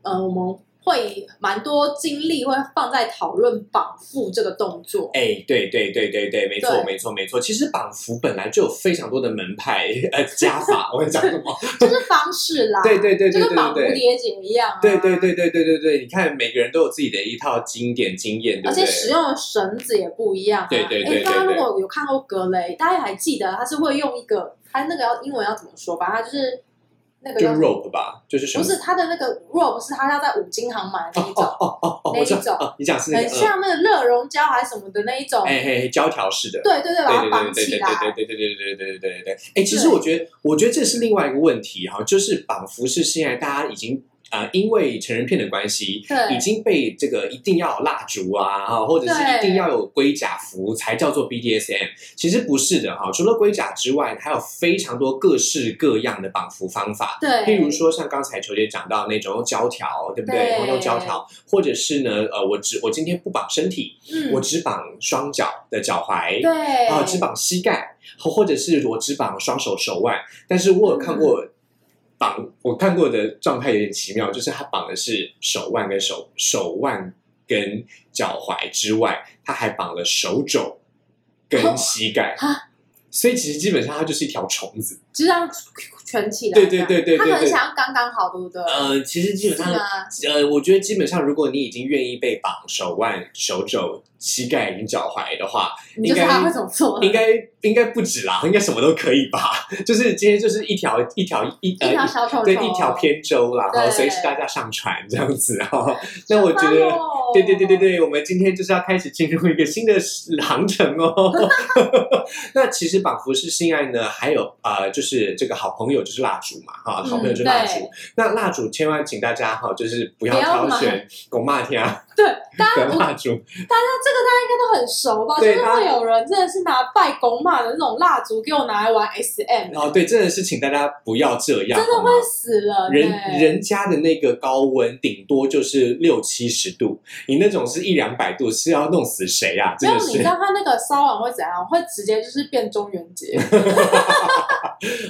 Speaker 2: 呃，我们会蛮多精力会放在讨论绑缚这个动作。
Speaker 1: 哎，对对对对对，没错
Speaker 2: 对
Speaker 1: 没错没错。其实绑幅本来就有非常多的门派呃加法，我在讲什么？
Speaker 2: [LAUGHS] 就是方式啦，
Speaker 1: 对对对对
Speaker 2: 就
Speaker 1: 对
Speaker 2: 跟绑
Speaker 1: 对
Speaker 2: 蝴
Speaker 1: 对。
Speaker 2: 蝶结一样、啊，
Speaker 1: 对对，对对对对对，你看每个人都有自己的一套经典经验，对
Speaker 2: 而
Speaker 1: 不
Speaker 2: 且
Speaker 1: 对？
Speaker 2: 使用的绳子也不一样、啊，
Speaker 1: 对对对
Speaker 2: 哎大家
Speaker 1: 对
Speaker 2: 如
Speaker 1: 对
Speaker 2: 果有看过格雷，大家还记得他是会用一个，他那个要英文要怎么说吧？他就是那个
Speaker 1: 就
Speaker 2: 叫什么
Speaker 1: rope 吧，就是什
Speaker 2: 不
Speaker 1: 么？
Speaker 2: 是他的那个 rope 是他要在五金行买的那一种，
Speaker 1: 哦哦哦哦，我
Speaker 2: 那一
Speaker 1: 知道
Speaker 2: 种
Speaker 1: 哦，你讲是那
Speaker 2: 很
Speaker 1: 个，嗯
Speaker 2: 像那个热熔胶还是什么的那一种，
Speaker 1: 哎嘿嘿，胶条式的。
Speaker 2: 对对
Speaker 1: 对
Speaker 2: 对，
Speaker 1: 对对对对对对对对对对对对对对
Speaker 2: 把它绑起来。
Speaker 1: 对对对对。哎，其实我觉得，我觉得这是另外一个问题哈，就是绑服是现在大家已经。呃，因为成人片的关系，
Speaker 2: 对
Speaker 1: 已经被这个一定要有蜡烛啊，哈，或者是一定要有龟甲服才叫做 BDSM。其实不是的哈，除了龟甲之外，还有非常多各式各样的绑服方法。
Speaker 2: 对，
Speaker 1: 譬如说像刚才球姐讲到那种用胶条，对不
Speaker 2: 对
Speaker 1: 对？然后用胶条，或者是呢，呃，我只我今天不绑身体，
Speaker 2: 嗯，
Speaker 1: 我只绑双脚的脚踝，
Speaker 2: 对
Speaker 1: 啊，只绑膝盖，或或者是我只绑双手手腕。但是我有看
Speaker 2: 嗯
Speaker 1: 过绑，我看过的状态有点奇妙，就是他绑的是手腕跟手手腕跟脚踝之外，他还绑了手肘跟膝盖。
Speaker 2: 啊
Speaker 1: 所以其实基本上它就是一条虫子。
Speaker 2: 就这样蜷起来。
Speaker 1: 对对对对对对
Speaker 2: 他很想要刚刚好，对不对？
Speaker 1: 呃，其实基本
Speaker 2: 是
Speaker 1: 上，
Speaker 2: 吗？
Speaker 1: 呃，我觉得基本上，如果你已经愿意被绑手腕、手肘、膝盖跟脚踝的话，
Speaker 2: 你就是
Speaker 1: 应该
Speaker 2: 他会怎么做呢？
Speaker 1: 应该应该不止啦，应该什么都可以吧？ [LAUGHS] 就是今天就是一条一条一
Speaker 2: 一条
Speaker 1: 呃
Speaker 2: 小丑啊
Speaker 1: 对一条扁舟啦，
Speaker 2: 对
Speaker 1: 哈，随时大家上船这样子
Speaker 2: [LAUGHS]
Speaker 1: 哈。那我觉得。
Speaker 2: 哦
Speaker 1: 对对对对对，我们今天就是要开始进入一个新的航程
Speaker 2: [LAUGHS]
Speaker 1: 哦。那其实绑服是性爱呢，还有呃，就是这个好朋友就是蜡烛嘛，哈，好朋友就是蜡烛。
Speaker 2: 哎嗯
Speaker 1: 那蜡烛千万请大家哈，就是不
Speaker 2: 不
Speaker 1: 要
Speaker 2: 要
Speaker 1: 挑
Speaker 2: 买
Speaker 1: 选狗骂天啊
Speaker 2: 对，
Speaker 1: [LAUGHS]
Speaker 2: 大家
Speaker 1: 的
Speaker 2: 我大家
Speaker 1: 蜡烛，
Speaker 2: 这个大家应该都很熟吧？就
Speaker 1: 对
Speaker 2: 是
Speaker 1: 大
Speaker 2: 会
Speaker 1: 家
Speaker 2: 有人真的是拿拜公骂的那种蜡烛给我拿来玩 SM，
Speaker 1: 然后对，真的是请大家不要这样，
Speaker 2: 真的
Speaker 1: 好吗
Speaker 2: 会死人欸
Speaker 1: 人
Speaker 2: 呢。
Speaker 1: 人家的那个高温顶多就是六七十度，你那种是一两百度，是要弄死谁啊？
Speaker 2: 没
Speaker 1: 真
Speaker 2: 有，
Speaker 1: 的
Speaker 2: 你知
Speaker 1: 是
Speaker 2: 道他那个骚扰会怎样？会直接就是变中元
Speaker 1: [LAUGHS]
Speaker 2: 节。
Speaker 1: [LAUGHS]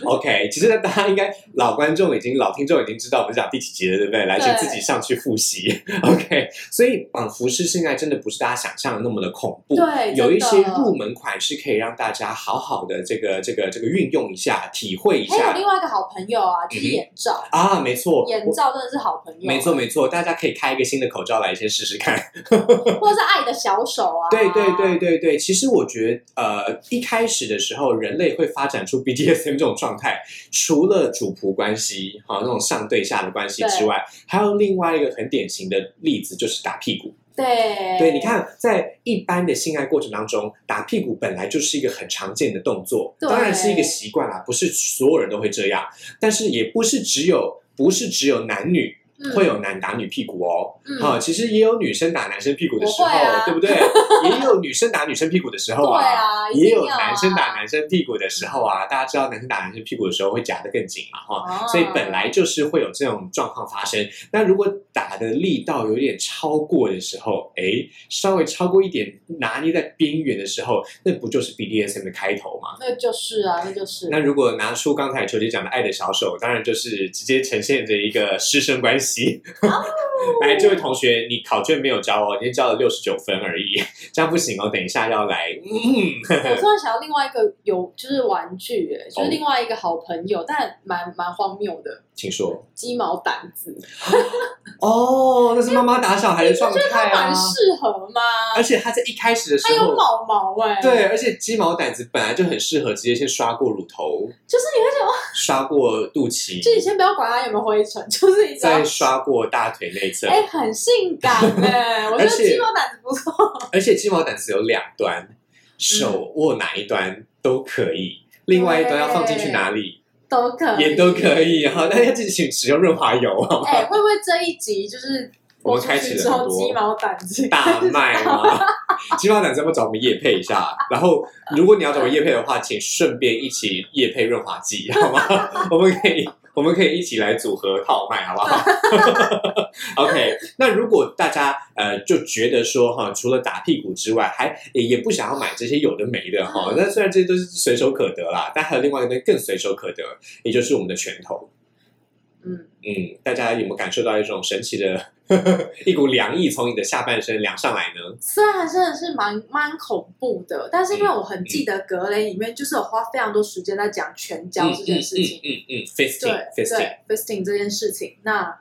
Speaker 1: OK。其实大家应该老观众已经、老听众已经知道我们讲第几集了，对不对？来，请
Speaker 2: 对
Speaker 1: 自己上去复习。OK，所以绑服饰现在真的不是大家想象的那么的恐怖。
Speaker 2: 对，
Speaker 1: 有一些
Speaker 2: 真的
Speaker 1: 入门款是可以让大家好好的这个这个这个运用一下、体会一
Speaker 2: 还有
Speaker 1: 下
Speaker 2: 另外一个好朋友啊，就是眼罩，
Speaker 1: 啊，没错，
Speaker 2: 眼
Speaker 1: 我
Speaker 2: 罩真的是好朋友，
Speaker 1: 没错，没错，大家可以开一个新的口罩来先试试看。
Speaker 2: 或者是爱的小手啊，
Speaker 1: 对对对，对对，其实我觉得，呃，一开始的时候，人类会发展出 BDSM 这种状态，除了主仆关系，哈、那种上对下的关系之外，还有另外一个很典型的例子就是打屁股。
Speaker 2: 对
Speaker 1: 对，你，看，在一般的性爱过程当中，打屁股本来就是一个很常见的动作，
Speaker 2: 对
Speaker 1: 当然是一个习惯啦，不是所有人都会这样，但是也不是只有不是只有男女
Speaker 2: 嗯
Speaker 1: 会有男打女屁股哦。
Speaker 2: 嗯
Speaker 1: 好、其实也有女生打男生屁股的时候，
Speaker 2: 我会啊
Speaker 1: 对不对？也有女生打女生屁股的时候
Speaker 2: 对
Speaker 1: 啊。
Speaker 2: 啊，一定
Speaker 1: 也有
Speaker 2: 要啊
Speaker 1: 男生打男生屁股的时候啊，大家知道男生打男生屁股的时候会夹得更紧嘛，哈、
Speaker 2: 哦
Speaker 1: 所以本来就是会有这种状况发生。那如果打的力道有点超过的时候，哎，稍微超过一点，拿捏在边缘的时候，那不就是 BDSM 的开头吗？
Speaker 2: 那就是啊，那就是
Speaker 1: 那如果拿出刚才球姐讲的爱的小手，当然就是直接呈现着一个师生关系。
Speaker 2: 哦
Speaker 1: [LAUGHS] 来，这位同学，你考卷没有交哦，你今天交了六十九分而已，这样不行哦。等一下要来，
Speaker 2: 我
Speaker 1: 嗯，
Speaker 2: 突然想到另外一个有就是玩具，哎，就
Speaker 1: 哦
Speaker 2: 是另外一个好朋友，但蛮蛮荒谬的，
Speaker 1: 请说。
Speaker 2: 鸡毛掸子，
Speaker 1: 哦，那是妈妈打小孩的状态啊
Speaker 2: 蛮，适合吗？
Speaker 1: 而且他在一开始的时
Speaker 2: 它有
Speaker 1: 候。
Speaker 2: 毛毛哎、
Speaker 1: 对，而且鸡毛掸子本来就很适合直接先刷过乳头，
Speaker 2: 就是你会觉得哇，
Speaker 1: 刷过肚脐，
Speaker 2: 就你先不要管它有没有灰尘， [LAUGHS] 就是你只要
Speaker 1: 再刷过大腿内侧。
Speaker 2: 哎、很性感
Speaker 1: [LAUGHS]
Speaker 2: 哎、我
Speaker 1: 而
Speaker 2: 觉得
Speaker 1: 且
Speaker 2: 鸡毛掸子不错，
Speaker 1: 而且鸡毛掸子有两端，手握哪一端都可以，另外一端要放进去哪里
Speaker 2: 都可以，
Speaker 1: 也都可以哈。大家自己请使用润滑油好吗？
Speaker 2: 哎、会不会这一集就是
Speaker 1: 我
Speaker 2: 播
Speaker 1: 们
Speaker 2: 出
Speaker 1: 开
Speaker 2: 去
Speaker 1: 启了
Speaker 2: 之
Speaker 1: 很
Speaker 2: 后
Speaker 1: 多
Speaker 2: 鸡毛掸
Speaker 1: [LAUGHS]
Speaker 2: 子
Speaker 1: 大卖吗？鸡毛掸子要不要找我们叶配一下？然后，如果你要找我叶配的话，请顺便一起叶配润滑剂好吗？我们可以。我们可以一起来组合套卖，好不 [LAUGHS] 好？OK，那如果大家呃就觉得说哈，除了打屁股之外，还也也不想要买这些有的没的哈，那虽然这些都是随手可得啦，但还有另外一个更随手可得，也就是我们的拳头。
Speaker 2: 嗯，
Speaker 1: 嗯，大家有没有感受到一种神奇的 [LAUGHS] 一股凉意从你的下半身凉上来呢？
Speaker 2: 虽然真的是蛮蛮恐怖的，但是因为
Speaker 1: 嗯
Speaker 2: 我很记得格雷里面就是有花非常多时间在讲拳交这件事情，
Speaker 1: 嗯嗯嗯
Speaker 2: 对
Speaker 1: ，fisting fisting，
Speaker 2: 对 fisting 这件事情，那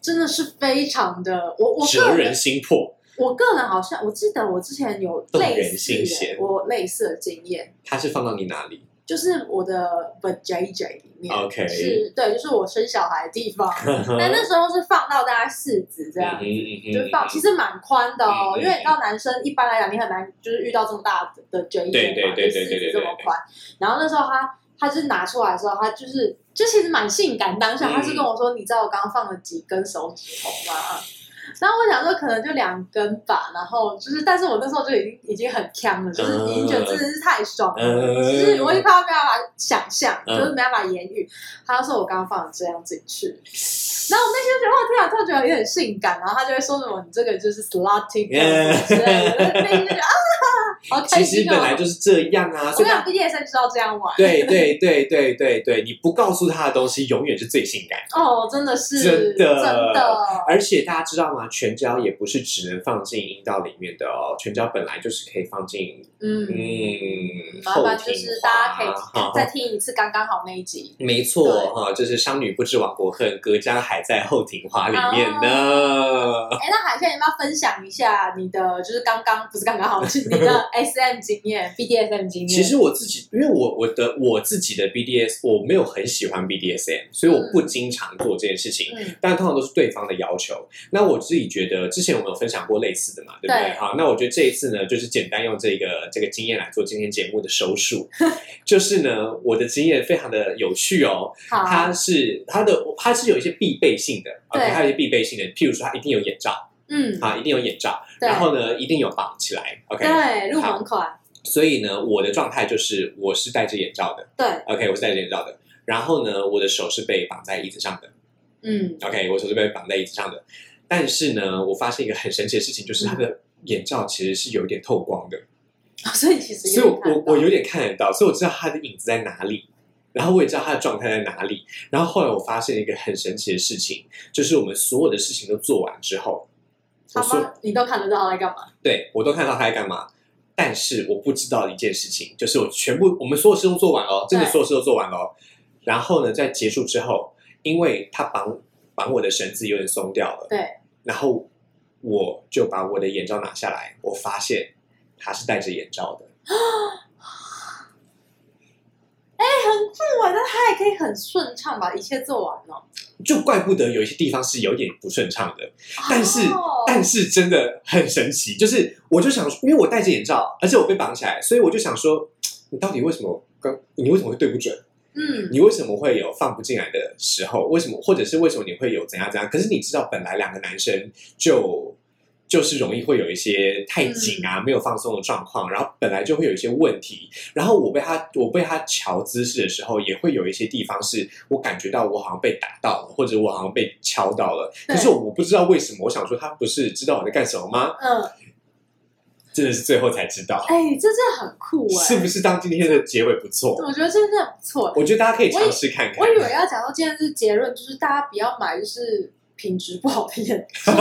Speaker 2: 真的是非常的，我我
Speaker 1: 折
Speaker 2: 个
Speaker 1: 人
Speaker 2: 人
Speaker 1: 心魄，
Speaker 2: 我个人好像我记得我之前有
Speaker 1: 动人
Speaker 2: 类似
Speaker 1: 心弦
Speaker 2: 的我有类似的经验，
Speaker 1: 它是放到你哪里？
Speaker 2: 就是我的 v j j 里面
Speaker 1: 哦 OK 嗯
Speaker 2: 是对，就是我生小孩的地方，但那时候是放到大概四指这样子。就放，其
Speaker 1: 实
Speaker 2: 实蛮宽的哦，
Speaker 1: 嗯嗯
Speaker 2: 因为你知道男生一般来讲，你很难就是遇到这么大的 J 嘛，
Speaker 1: 对对对对对对对
Speaker 2: 这么宽。然后那时候他他就是拿出来的时候，他就是就其实蛮性感，当下
Speaker 1: 嗯
Speaker 2: 他是跟我说，你知道我刚刚放了几根手指头吗？然后我想说可能就两根吧，然后就是，但是我那时候就已经已经很呛了，就是
Speaker 1: 嗯
Speaker 2: 已经觉得真的是太爽了，就是我已经快要没办法想象，
Speaker 1: 嗯
Speaker 2: 就是没办法言语。他就说我刚刚放了这样进去，然后我内心就觉得哇，天啊，突然觉得有点性感，然后他就会说什么你这个就是 slutty
Speaker 1: Yeah
Speaker 2: 之类的，内心就觉得啊，好开
Speaker 1: 其
Speaker 2: 心
Speaker 1: 实
Speaker 2: 哦
Speaker 1: 本来就是这样啊，
Speaker 2: 我
Speaker 1: 所
Speaker 2: 跟
Speaker 1: 以
Speaker 2: 你
Speaker 1: 大家。
Speaker 2: 讲，BDSM 就是要这样玩，
Speaker 1: 对对对对对对，你不告诉他的东西，永远是最性感。
Speaker 2: 哦，真的是
Speaker 1: 真的
Speaker 2: 真的
Speaker 1: 而且大家知道吗？全胶也不是只能放进阴道里面的哦，全胶本来就是可以放进
Speaker 2: 嗯。
Speaker 1: 嗯
Speaker 2: 麻
Speaker 1: 后
Speaker 2: 烦就
Speaker 1: 庭
Speaker 2: 是
Speaker 1: 花
Speaker 2: 大家可以
Speaker 1: 哈
Speaker 2: 再听一次刚刚好那一集，
Speaker 1: 没错哈，就是商女不知亡国恨，隔江还在后庭花里面呢。
Speaker 2: 哎，那海倩，你要不要分享一下你的就是刚刚不是刚刚好，是你的 [LAUGHS] SM 经验、BDSM 经验？
Speaker 1: 其实我自己，因为我我的我自己的 BDS，我没有很喜欢 BDSM，所以我不经常做这件事情。
Speaker 2: 嗯，
Speaker 1: 但通常都是对方的要求。那我自己觉得，之前我们有分享过类似的嘛，对不对？
Speaker 2: 对
Speaker 1: 好，那我觉得这一次呢，就是简单用这个这个经验来做今天节目的收束。 [LAUGHS] 就是呢，我的经验非常的有趣哦，
Speaker 2: 好，
Speaker 1: 它是它的它是有一些必备性的，OK，
Speaker 2: 对
Speaker 1: 它有一些必备性的，譬如说它一定有眼罩
Speaker 2: 嗯，
Speaker 1: 啊，一定有眼罩，
Speaker 2: 对
Speaker 1: 然后呢，一定有绑起来，OK。
Speaker 2: 对，入门款，
Speaker 1: 所以呢，我的状态就是我是戴着眼罩的
Speaker 2: 对，
Speaker 1: ，OK，我是戴着眼罩的。然后呢，我的手是被绑在椅子上的。
Speaker 2: 嗯， [LAUGHS]
Speaker 1: OK，我手是被绑在椅子上的。但是呢，我发现一个很神奇的事情，就是它的眼罩其实是有一点透光的，
Speaker 2: 所以其实
Speaker 1: 所以我我我
Speaker 2: 嗯有点看到
Speaker 1: 有点看得到，所以我知道它的影子在哪里，然后我也知道它的状态在哪里。然后后来我发现一个很神奇的事情，就是我们所有的事情都做完之后，我
Speaker 2: 他
Speaker 1: 说
Speaker 2: 妈，你都看得到他在干嘛？
Speaker 1: 对我都看到他在干嘛，但是我不知道一件事情，就是我全部我们所有事都做完了哦，真的
Speaker 2: 对
Speaker 1: 所有事都做完了哦。然后呢，在结束之后，因为他绑绑我的绳子有点松掉了，
Speaker 2: 对，
Speaker 1: 然后我就把我的眼罩拿下来，我发现他是戴着眼罩的。
Speaker 2: 哎不欸玩，但他也可以很顺畅把一切做完哦。
Speaker 1: 就怪不得有一些地方是有点不顺畅的，但是、
Speaker 2: 哦
Speaker 1: 但是真的很神奇，就是我就想说，因为我戴着眼罩，而且我被绑起来，所以我就想说，你到底为什么刚你为什么会对不准？
Speaker 2: 嗯，
Speaker 1: 你为什么会有放不进来的时候？为什么，或者是为什么你会有怎样怎样？可是你知道，本来两个男生就就是容易会有一些太紧
Speaker 2: 嗯
Speaker 1: 啊，没有放松的状况，然后本来就会有一些问题。然后我被他，我被他瞧姿势的时候，也会有一些地方是我感觉到我好像被打到了，或者我好像被敲到了。
Speaker 2: 对
Speaker 1: 可是我不知道为什么，我想说他不是知道我在干什么吗？
Speaker 2: 嗯，
Speaker 1: 真的是最后才知道，
Speaker 2: 哎，这真的很酷哎，
Speaker 1: [LAUGHS] 是不是？当今天的结尾不错，
Speaker 2: 我觉得这真的很不错。
Speaker 1: 我觉得大家可以尝试看看
Speaker 2: 我。以为要讲到今天是结论，就是大家不要买就是品质不好的眼镜。
Speaker 1: [LAUGHS]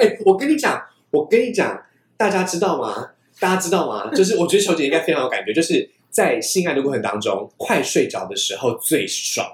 Speaker 1: 哎、我跟你讲，我跟你讲，大家知道吗？大家知道吗？就是我觉得球姐应该非常有感觉，就是在性爱的过程当中，快睡着的时候最爽。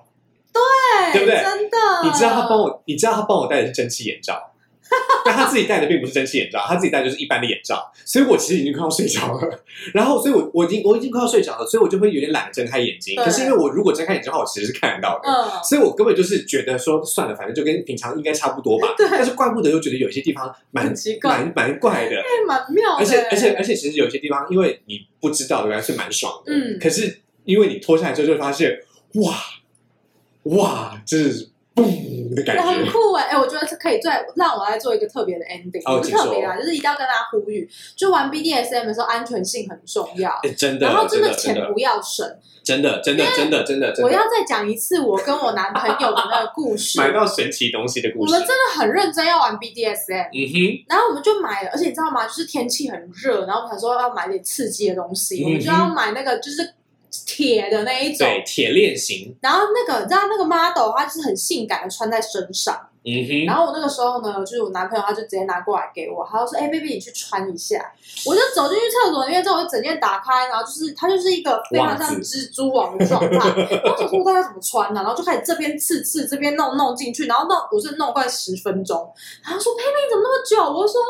Speaker 1: 对
Speaker 2: 对
Speaker 1: 不对
Speaker 2: 哎真的，
Speaker 1: 你知道他帮我，你知道他帮我戴的是蒸汽眼罩， [LAUGHS] 但他自己戴的并不是蒸汽眼罩，他自己戴的就是一般的眼罩，所以我其实已经快要睡着了。然后，所以我我已经我已经快要睡着了，所以我就会有点懒得睁开眼睛。
Speaker 2: 对
Speaker 1: 可是因为我如果睁开眼睛的话，我其实是看得到的。
Speaker 2: 嗯，
Speaker 1: 所以我根本就是觉得说，算了，反正就跟平常应该差不多吧。但是怪不得又觉得有一些地方蛮
Speaker 2: 很奇怪
Speaker 1: 蛮蛮怪的，
Speaker 2: 哎，蛮妙的，欸
Speaker 1: 而且而且而且，其实有些地方因为你不知道，原来是蛮爽的。
Speaker 2: 嗯
Speaker 1: 可是因为你脱下来之后，就会发现，哇哇，就是嘣的感
Speaker 2: 哎很
Speaker 1: 觉。
Speaker 2: 酷哎、哎，我觉得是可以再让我来做一个特别的 ending，、
Speaker 1: 哦
Speaker 2: 不是
Speaker 1: 请说
Speaker 2: 特别啊，就是一定要跟大家呼吁，就玩 BDSM 的时候安全性很重要，
Speaker 1: 哎，真
Speaker 2: 然后
Speaker 1: 的，
Speaker 2: 真
Speaker 1: 真的，
Speaker 2: 的
Speaker 1: 真
Speaker 2: 钱
Speaker 1: 的，
Speaker 2: 不要省。
Speaker 1: 真的，真的，真的，真的，真
Speaker 2: 我
Speaker 1: 的，
Speaker 2: 要再讲一次我跟我男朋友的那个故事，
Speaker 1: 买到神奇东西的
Speaker 2: 我
Speaker 1: 故事
Speaker 2: 们。真的很认真要玩 BDSM，
Speaker 1: 嗯哼，
Speaker 2: 然后我们就买了，而且你知道吗？就是天气很热，然后我们想说要买点刺激的东西，
Speaker 1: 嗯哼
Speaker 2: 我们就要买那个就是铁的那一种。
Speaker 1: 对，铁链型。
Speaker 2: 然后那个你知道那个 model 她就是很性感的穿在身上，
Speaker 1: 嗯哼，
Speaker 2: 然后我那个时候呢，就是我男朋友他就直接拿过来给我，他就说：“哎、b a b y 你去穿一下。”我就走进去厕所里面之后，我就整件打开，然后就是它就是一个非常像
Speaker 1: 袜子
Speaker 2: 蜘蛛网的状态。然后我想说我到底要怎么穿呢、然后就开始这边刺刺，这边弄弄进去，然后弄我是弄快十分钟。然后说：“佩佩你怎么那么久？”我就说。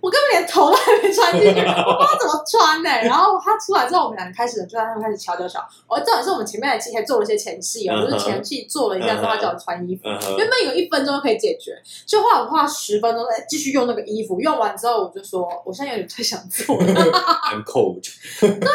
Speaker 2: 我根本连头都还没穿进去，我不知道怎么穿呢、然后他出来之后，我们俩开始就在那边开始瞧瞧瞧。我重点是我们前面其实还做了一些前戏哦，就是前戏做了一下之后，他叫我穿衣服。
Speaker 1: 嗯哼，
Speaker 2: 原本有一分钟就可以解决，就后来我花十分钟再继续用那个衣服，用完之后我就说，我现在有点不太想做了，对，就是
Speaker 1: 很 cold，
Speaker 2: 突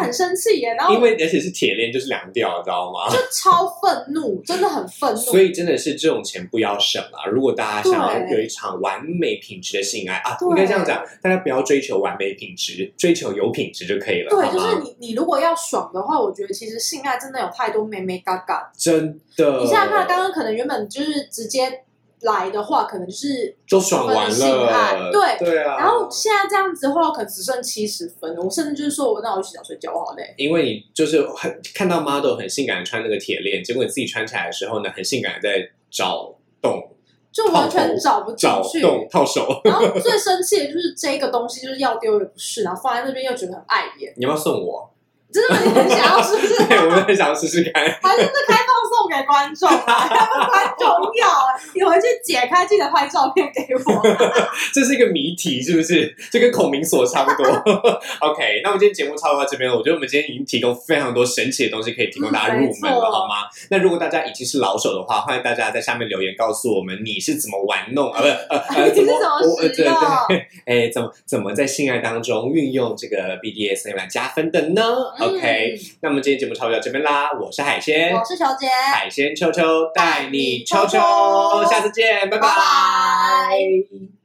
Speaker 2: 然很生气耶，然后
Speaker 1: 因
Speaker 2: 我
Speaker 1: 为而且是铁链，就是凉掉，你知道吗？
Speaker 2: 就超愤怒，真的很愤
Speaker 1: 所
Speaker 2: 怒。
Speaker 1: 以真的是这种钱不要省啊！如果大家想要
Speaker 2: 对
Speaker 1: 有一场完美品质的性爱啊，
Speaker 2: 对
Speaker 1: 应该这样讲，大家不要追求完美品质，追求有品质就可以了，
Speaker 2: 对，
Speaker 1: 好
Speaker 2: 就是
Speaker 1: 吗？
Speaker 2: 你，你如果要爽的话，我觉得其实性爱真的有太多妹妹嘎嘎。
Speaker 1: 真的，
Speaker 2: 你想想看，刚刚可能原本就是直接来的话，可能就是
Speaker 1: 都爽完
Speaker 2: 分性
Speaker 1: 了，
Speaker 2: 爱对
Speaker 1: 对啊，
Speaker 2: 然后现在这样子的话，可能只剩七十分了。我甚至就是说我那我去想睡觉，我好累。
Speaker 1: 因为你就是很看到 model 很性感的穿那个铁链，结果你自己穿起来的时候呢，很性感的在找洞、
Speaker 2: 就完全找不进
Speaker 1: 找
Speaker 2: 去，
Speaker 1: 洞、套手。
Speaker 2: 然后最生气的就是这个东西就是要丢也不是，然后放在那边又觉得很碍眼，
Speaker 1: 你要不要送我？ [LAUGHS]
Speaker 2: 真的你很想要是不是？
Speaker 1: 对，我很想要试试看。
Speaker 2: 还是开放送给观众啊，他们观众要啊，你回去解开记得拍照片给我。啊
Speaker 1: 这是一个谜题，是不是？就跟孔明所差不多。OK，那我们今天节目差不多到这边了。我觉得我们今天已经提供非常多神奇的东西可以提供大家入门
Speaker 2: 嗯没
Speaker 1: 了，
Speaker 2: 错
Speaker 1: 好吗？那如果大家已经是老手的话，欢迎大家在下面留言告诉我们你是怎么玩弄啊，不是呃呃，
Speaker 2: [LAUGHS] 你是
Speaker 1: 么
Speaker 2: 怎么
Speaker 1: 我呃
Speaker 2: 使
Speaker 1: 对
Speaker 2: 用
Speaker 1: 对，哎，怎么怎么在性爱当中运用这个 BDSM 来加分的呢？OK，那么今天节目差不多到这边啦。我是海鲜
Speaker 2: 嗯，我是小姐，
Speaker 1: 海鲜秋秋带你秋秋
Speaker 2: 带你秋秋，
Speaker 1: 下次见，拜
Speaker 2: 拜拜。